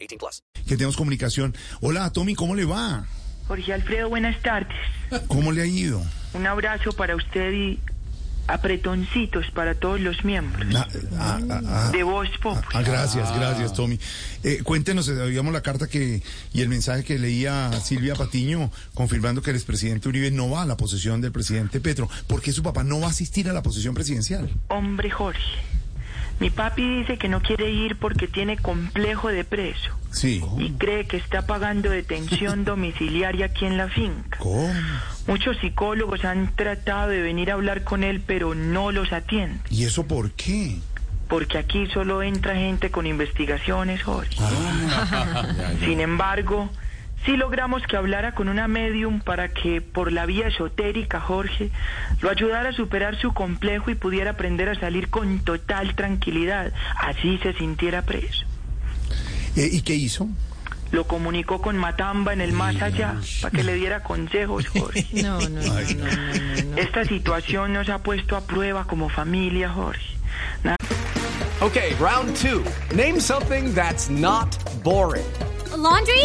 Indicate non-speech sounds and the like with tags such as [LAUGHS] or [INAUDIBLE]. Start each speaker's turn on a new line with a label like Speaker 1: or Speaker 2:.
Speaker 1: 18 plus.
Speaker 2: que tenemos comunicación. Hola, Tommy, ¿cómo le va?
Speaker 3: Jorge Alfredo, buenas tardes.
Speaker 2: ¿Cómo le ha ido?
Speaker 3: Un abrazo para usted y apretoncitos para todos los miembros
Speaker 2: Ah, ah, ah, ah.
Speaker 3: de Voz Populi.
Speaker 2: Ah, gracias, gracias, Tommy. Eh, cuéntenos, eh, digamos, la carta que y el mensaje que leía Silvia Patiño confirmando que el expresidente Uribe no va a la posesión del presidente Petro. ¿Por qué su papá no va a asistir a la posesión presidencial?
Speaker 3: Hombre Jorge, mi papi dice que no quiere ir porque tiene complejo de preso
Speaker 2: Sí.
Speaker 3: y cree que está pagando detención domiciliaria aquí en la finca.
Speaker 2: ¿Cómo?
Speaker 3: Muchos psicólogos han tratado de venir a hablar con él, pero no los atiende,
Speaker 2: ¿Y eso por qué?
Speaker 3: porque aquí solo entra gente con investigaciones, Jorge.
Speaker 4: [LAUGHS]
Speaker 3: Sin embargo, sí logramos que hablara con una medium para que por la vía esotérica Jorge lo ayudara a superar su complejo y pudiera aprender a salir con total tranquilidad, así se sintiera preso.
Speaker 2: Eh, ¿Y qué hizo?
Speaker 3: Lo comunicó con Matamba en el más allá para que le diera consejos, Jorge.
Speaker 4: [LAUGHS] No, no, no, no, no, no.
Speaker 3: Esta situación nos ha puesto a prueba como familia, Jorge. Na-
Speaker 5: Okay, round two. Name something that's not boring.
Speaker 6: A laundry?